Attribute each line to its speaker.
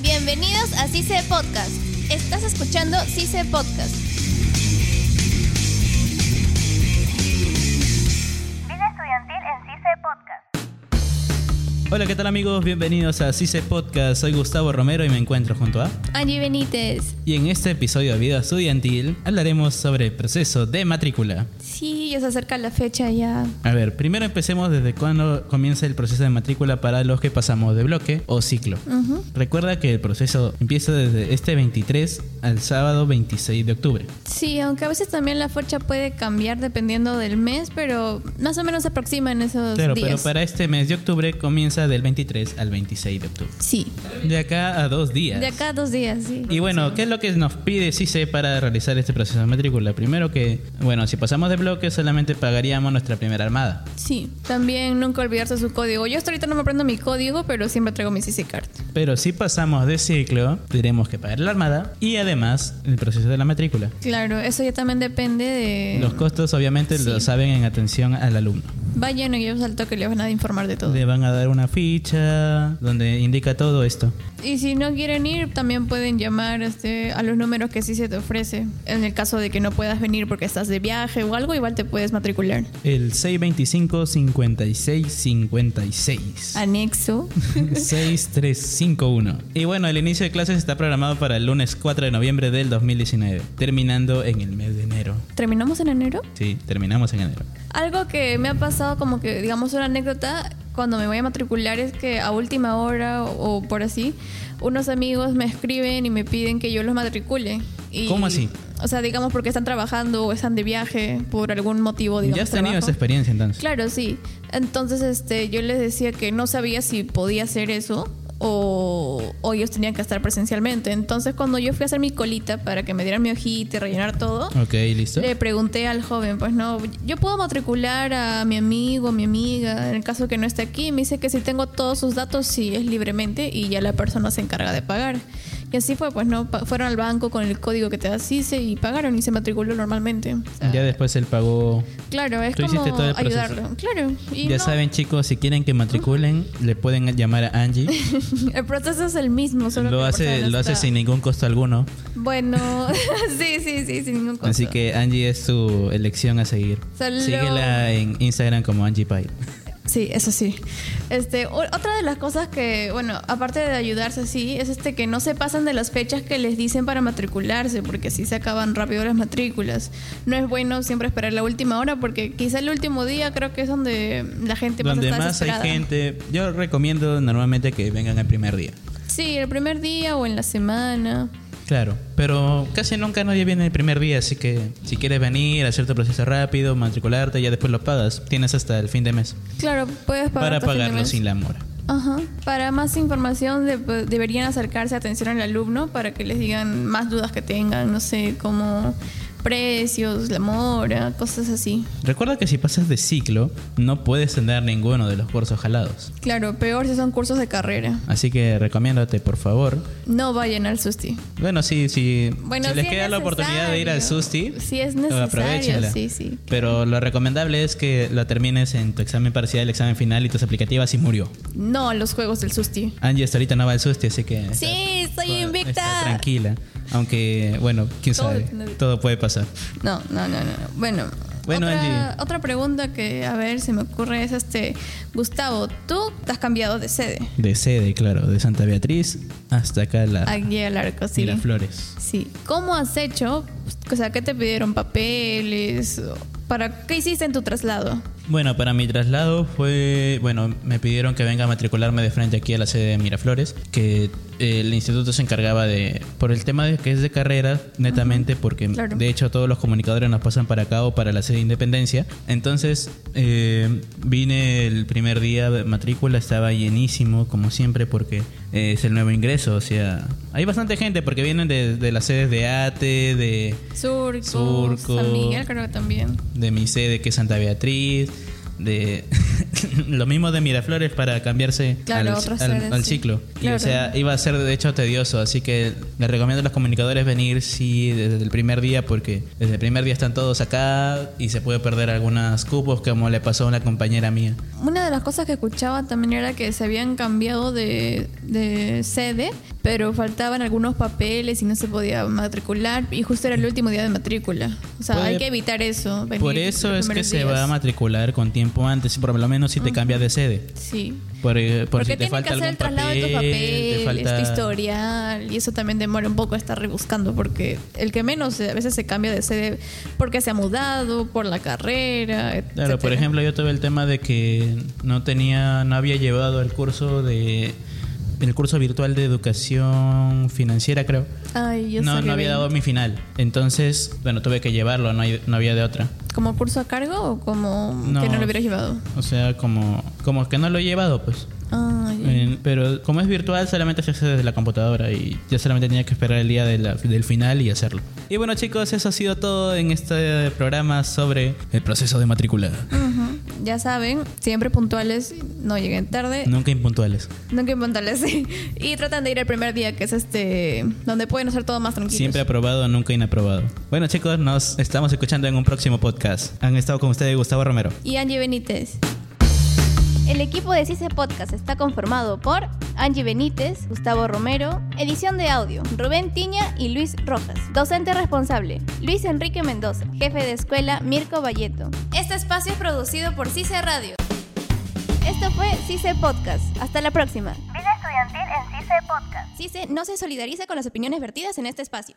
Speaker 1: Bienvenidos a CICE Podcast. Estás escuchando CICE Podcast.
Speaker 2: Vida Estudiantil en CICE Podcast.
Speaker 3: Hola, ¿qué tal amigos? Bienvenidos a CICE Podcast. Soy Gustavo Romero y me encuentro junto a...
Speaker 1: Angie Benítez.
Speaker 3: Y en este episodio de Vida Estudiantil hablaremos sobre el proceso de matrícula.
Speaker 1: Sí, ya se acerca la fecha ya.
Speaker 3: A ver, primero empecemos desde cuándo comienza el proceso de matrícula para los que pasamos de bloque o ciclo.
Speaker 1: Ujú.
Speaker 3: Recuerda que el proceso empieza desde este 23 al sábado 26 de octubre.
Speaker 1: Sí, aunque a veces también la fecha puede cambiar dependiendo del mes, pero más o menos se aproxima en esos
Speaker 3: Claro, pero
Speaker 1: días.
Speaker 3: para este mes de octubre comienza del 23 al 26 de octubre.
Speaker 1: Sí,
Speaker 3: De acá a dos días.
Speaker 1: de acá a dos días, sí.
Speaker 3: Y bueno, ¿qué es lo que nos pide CICE para realizar este proceso de matrícula? Primero que, bueno, si pasamos de bloque solamente pagaríamos nuestra primera armada.
Speaker 1: Sí, también nunca olvidarse su código. Yo hasta ahorita no me aprendo mi código, pero siempre traigo mi CC card.
Speaker 3: Pero si pasamos de ciclo, tendremos que pagar la armada y además el proceso de la matrícula.
Speaker 1: Claro, eso ya también depende de...
Speaker 3: Los costos obviamente lo saben en atención al alumno.
Speaker 1: Vayan y yo salto que le van a informar de todo.
Speaker 3: Le van a dar una ficha donde indica todo esto.
Speaker 1: Y si no quieren ir, también pueden llamar este, a los números que sí se te ofrece. En el caso de que no puedas venir porque estás de viaje o algo, igual te puedes matricular.
Speaker 3: El 625 56 56.
Speaker 1: Anexo.
Speaker 3: 6351. Y bueno, el inicio de clases está programado para el lunes 4 de noviembre del 2019, terminando en el mes de enero.
Speaker 1: ¿Terminamos en enero?
Speaker 3: Sí, terminamos en enero.
Speaker 1: Algo que me ha pasado como que, digamos, una anécdota cuando me voy a matricular es que a última hora o, o por así, unos amigos me escriben y me piden que yo los matricule. Y,
Speaker 3: ¿Cómo así?
Speaker 1: O sea, digamos porque están trabajando o están de viaje por algún motivo, digamos.
Speaker 3: ¿Ya has tenido
Speaker 1: trabajo.
Speaker 3: esa experiencia entonces?
Speaker 1: Claro, sí. Entonces, este, yo les decía que no sabía si podía hacer eso o, o ellos tenían que estar presencialmente. Entonces, cuando yo fui a hacer mi colita para que me dieran mi hojita y rellenar todo,
Speaker 3: Ok, listo.
Speaker 1: le pregunté al joven, pues no, yo puedo matricular a mi amigo, mi amiga, en el caso que no esté aquí, me dice que si tengo todos sus datos, sí, es libremente y ya la persona se encarga de pagar. Y así fue, pues no, Pa- fueron al banco con el código que te das ICE y pagaron y se matriculó normalmente. O sea,
Speaker 3: Ya después él pagó.
Speaker 1: Claro, es
Speaker 3: Tú
Speaker 1: como
Speaker 3: hiciste todo el proceso.
Speaker 1: ayudarlo. Claro. Y
Speaker 3: Ya
Speaker 1: no,
Speaker 3: saben chicos, si quieren que matriculen, le pueden llamar a Angie.
Speaker 1: El proceso es el mismo, solo que
Speaker 3: Lo
Speaker 1: la
Speaker 3: hace,
Speaker 1: persona
Speaker 3: lo hace
Speaker 1: está-
Speaker 3: sin ningún costo alguno.
Speaker 1: Bueno, sí, sí, sí, sin ningún costo.
Speaker 3: Así que Angie es su elección a seguir.
Speaker 1: Solo-
Speaker 3: Síguela en Instagram como Angie Pie.
Speaker 1: Sí, eso sí. Este, o- otra de las cosas que, bueno, aparte de ayudarse así, es este que no se pasan de las fechas que les dicen para matricularse, porque así se acaban rápido las matrículas. No es bueno siempre esperar la última hora, porque quizá el último día creo que es donde la gente
Speaker 3: Donde
Speaker 1: pasa
Speaker 3: más hay
Speaker 1: desesperada.
Speaker 3: gente, yo recomiendo normalmente que vengan el primer día.
Speaker 1: Sí, el primer día o en la semana.
Speaker 3: Claro, pero casi nunca nadie viene el primer día, así que si quieres venir, hacer tu proceso rápido, matricularte, ya después lo pagas. Tienes hasta el fin de mes
Speaker 1: Claro, puedes pagar
Speaker 3: para
Speaker 1: hasta fin de
Speaker 3: pagarlo
Speaker 1: mes.
Speaker 3: sin la mora.
Speaker 1: Ajá. Para más información de- pues, deberían acercarse a atención al alumno para que les digan más dudas que tengan, no sé, como precios, la mora, cosas así.
Speaker 3: Recuerda que si pasas de ciclo, no puedes tener ninguno de los cursos jalados.
Speaker 1: Claro, peor si son cursos de carrera.
Speaker 3: Así que recomiéndote, por favor.
Speaker 1: No vayan al susti.
Speaker 3: Bueno, sí, sí.
Speaker 1: Bueno,
Speaker 3: si les
Speaker 1: sí es
Speaker 3: queda la oportunidad de ir al
Speaker 1: necesario.
Speaker 3: SUSTI,
Speaker 1: Sí es necesario,
Speaker 3: aprovechenla.
Speaker 1: sí, sí.
Speaker 3: Pero lo recomendable es que lo termines en tu examen parcial, examen final y tus aplicativas y murió.
Speaker 1: No a los juegos del susti.
Speaker 3: Angie hasta ahorita no va al susto, así que... está-
Speaker 1: Sí, estoy
Speaker 3: está-
Speaker 1: invicta.
Speaker 3: está tranquila. Aunque, bueno, quién
Speaker 1: Todo
Speaker 3: sabe.
Speaker 1: depende de-
Speaker 3: Todo puede pasar.
Speaker 1: No, no, no, no. Bueno.
Speaker 3: Bueno,
Speaker 1: otra,
Speaker 3: Angie.
Speaker 1: otra pregunta que, a ver, se me ocurre es este, Gustavo, tú te has cambiado de sede
Speaker 3: De sede, claro, de Santa Beatriz hasta acá la,
Speaker 1: aquí al arco, sí.
Speaker 3: las flores.
Speaker 1: Sí. ¿Cómo has hecho? O sea, ¿qué te pidieron? ¿Papeles? ¿Para qué hiciste en tu traslado?
Speaker 3: Bueno, para mi traslado fue, bueno, me pidieron que venga a matricularme de frente aquí a la sede de Miraflores, que eh, el instituto se encargaba de, por el tema de que es de carrera, netamente porque
Speaker 1: claro.
Speaker 3: de hecho todos los comunicadores nos pasan para acá o para la sede de Independencia. Entonces eh, vine el primer día de matrícula, estaba llenísimo como siempre porque eh, es el nuevo ingreso, o sea, hay bastante gente porque vienen de, de las sedes de ATE, de,
Speaker 1: Surco,
Speaker 3: Surco.
Speaker 1: San Miguel creo que también.
Speaker 3: de mi sede que es Santa Beatriz. de lo mismo de Miraflores para cambiarse
Speaker 1: Claro,
Speaker 3: al,
Speaker 1: otra
Speaker 3: al-
Speaker 1: sede,
Speaker 3: al
Speaker 1: sí.
Speaker 3: ciclo. Y,
Speaker 1: Claro.
Speaker 3: o sea, iba a ser de hecho tedioso, así que les recomiendo a los comunicadores venir sí desde el primer día porque desde el primer día están todos acá y se puede perder algunos cupos como le pasó a una compañera mía.
Speaker 1: Una de las cosas que escuchaba también era que se habían cambiado de, de sede, pero faltaban algunos papeles y no se podía matricular. Y justo era el último día de matrícula. O sea,
Speaker 3: Puede-
Speaker 1: hay que evitar eso. venir
Speaker 3: Por eso
Speaker 1: los
Speaker 3: es que
Speaker 1: primeros
Speaker 3: se
Speaker 1: días.
Speaker 3: va a matricular con tiempo antes, por lo menos si te cambias de sede.
Speaker 1: Sí.
Speaker 3: Por, eh, por
Speaker 1: Porque
Speaker 3: si te
Speaker 1: tienen
Speaker 3: falta
Speaker 1: que hacer
Speaker 3: algún
Speaker 1: el traslado de este tus
Speaker 3: papel, te
Speaker 1: papeles,
Speaker 3: falta-
Speaker 1: tu historial, y eso también demora un poco estar rebuscando, porque el que menos eh, a veces se cambia de sede porque se ha mudado, por la carrera, etc.
Speaker 3: Claro, por ejemplo, yo tuve el tema de que no tenía, no había llevado el curso de el curso virtual de educación financiera, creo.
Speaker 1: Ay, yo
Speaker 3: No,
Speaker 1: saqué
Speaker 3: no había dado
Speaker 1: 20.
Speaker 3: mi final. Entonces, bueno, tuve que llevarlo, no, hay- no había de otra.
Speaker 1: ¿Como curso a cargo o como
Speaker 3: No.
Speaker 1: que no lo hubiera llevado?
Speaker 3: O sea, como, como que no lo he llevado, pues.
Speaker 1: Ah, ya.
Speaker 3: Eh, pero como es virtual, solamente se hace desde la computadora y ya solamente tenía que esperar el día de la- del final y hacerlo. Y bueno, chicos, eso ha sido todo en este programa sobre el proceso de matrícula.
Speaker 1: Ujú. Ya saben, siempre puntuales, no lleguen tarde,
Speaker 3: Nunca impuntuales.
Speaker 1: nunca puntuales, sí. Y tratan de ir el primer día, que es este, donde pueden hacer todo más tranquilo.
Speaker 3: Siempre aprobado, nunca inaprobado. Bueno, chicos, nos estamos escuchando en un próximo podcast. Han estado con ustedes Gustavo Romero.
Speaker 1: Y Angie Benítez.
Speaker 4: El equipo de CICE Podcast está conformado por Angie Benítez, Gustavo Romero, edición de audio, Rubén Tiña y Luis Rojas. Docente responsable, Luis Enrique Mendoza, jefe de escuela, Mirko Valleto. Este espacio es producido por CICE Radio. Esto fue CICE Podcast. Hasta la próxima.
Speaker 2: Vida Estudiantil en CICE Podcast.
Speaker 4: CICE no se solidariza con las opiniones vertidas en este espacio.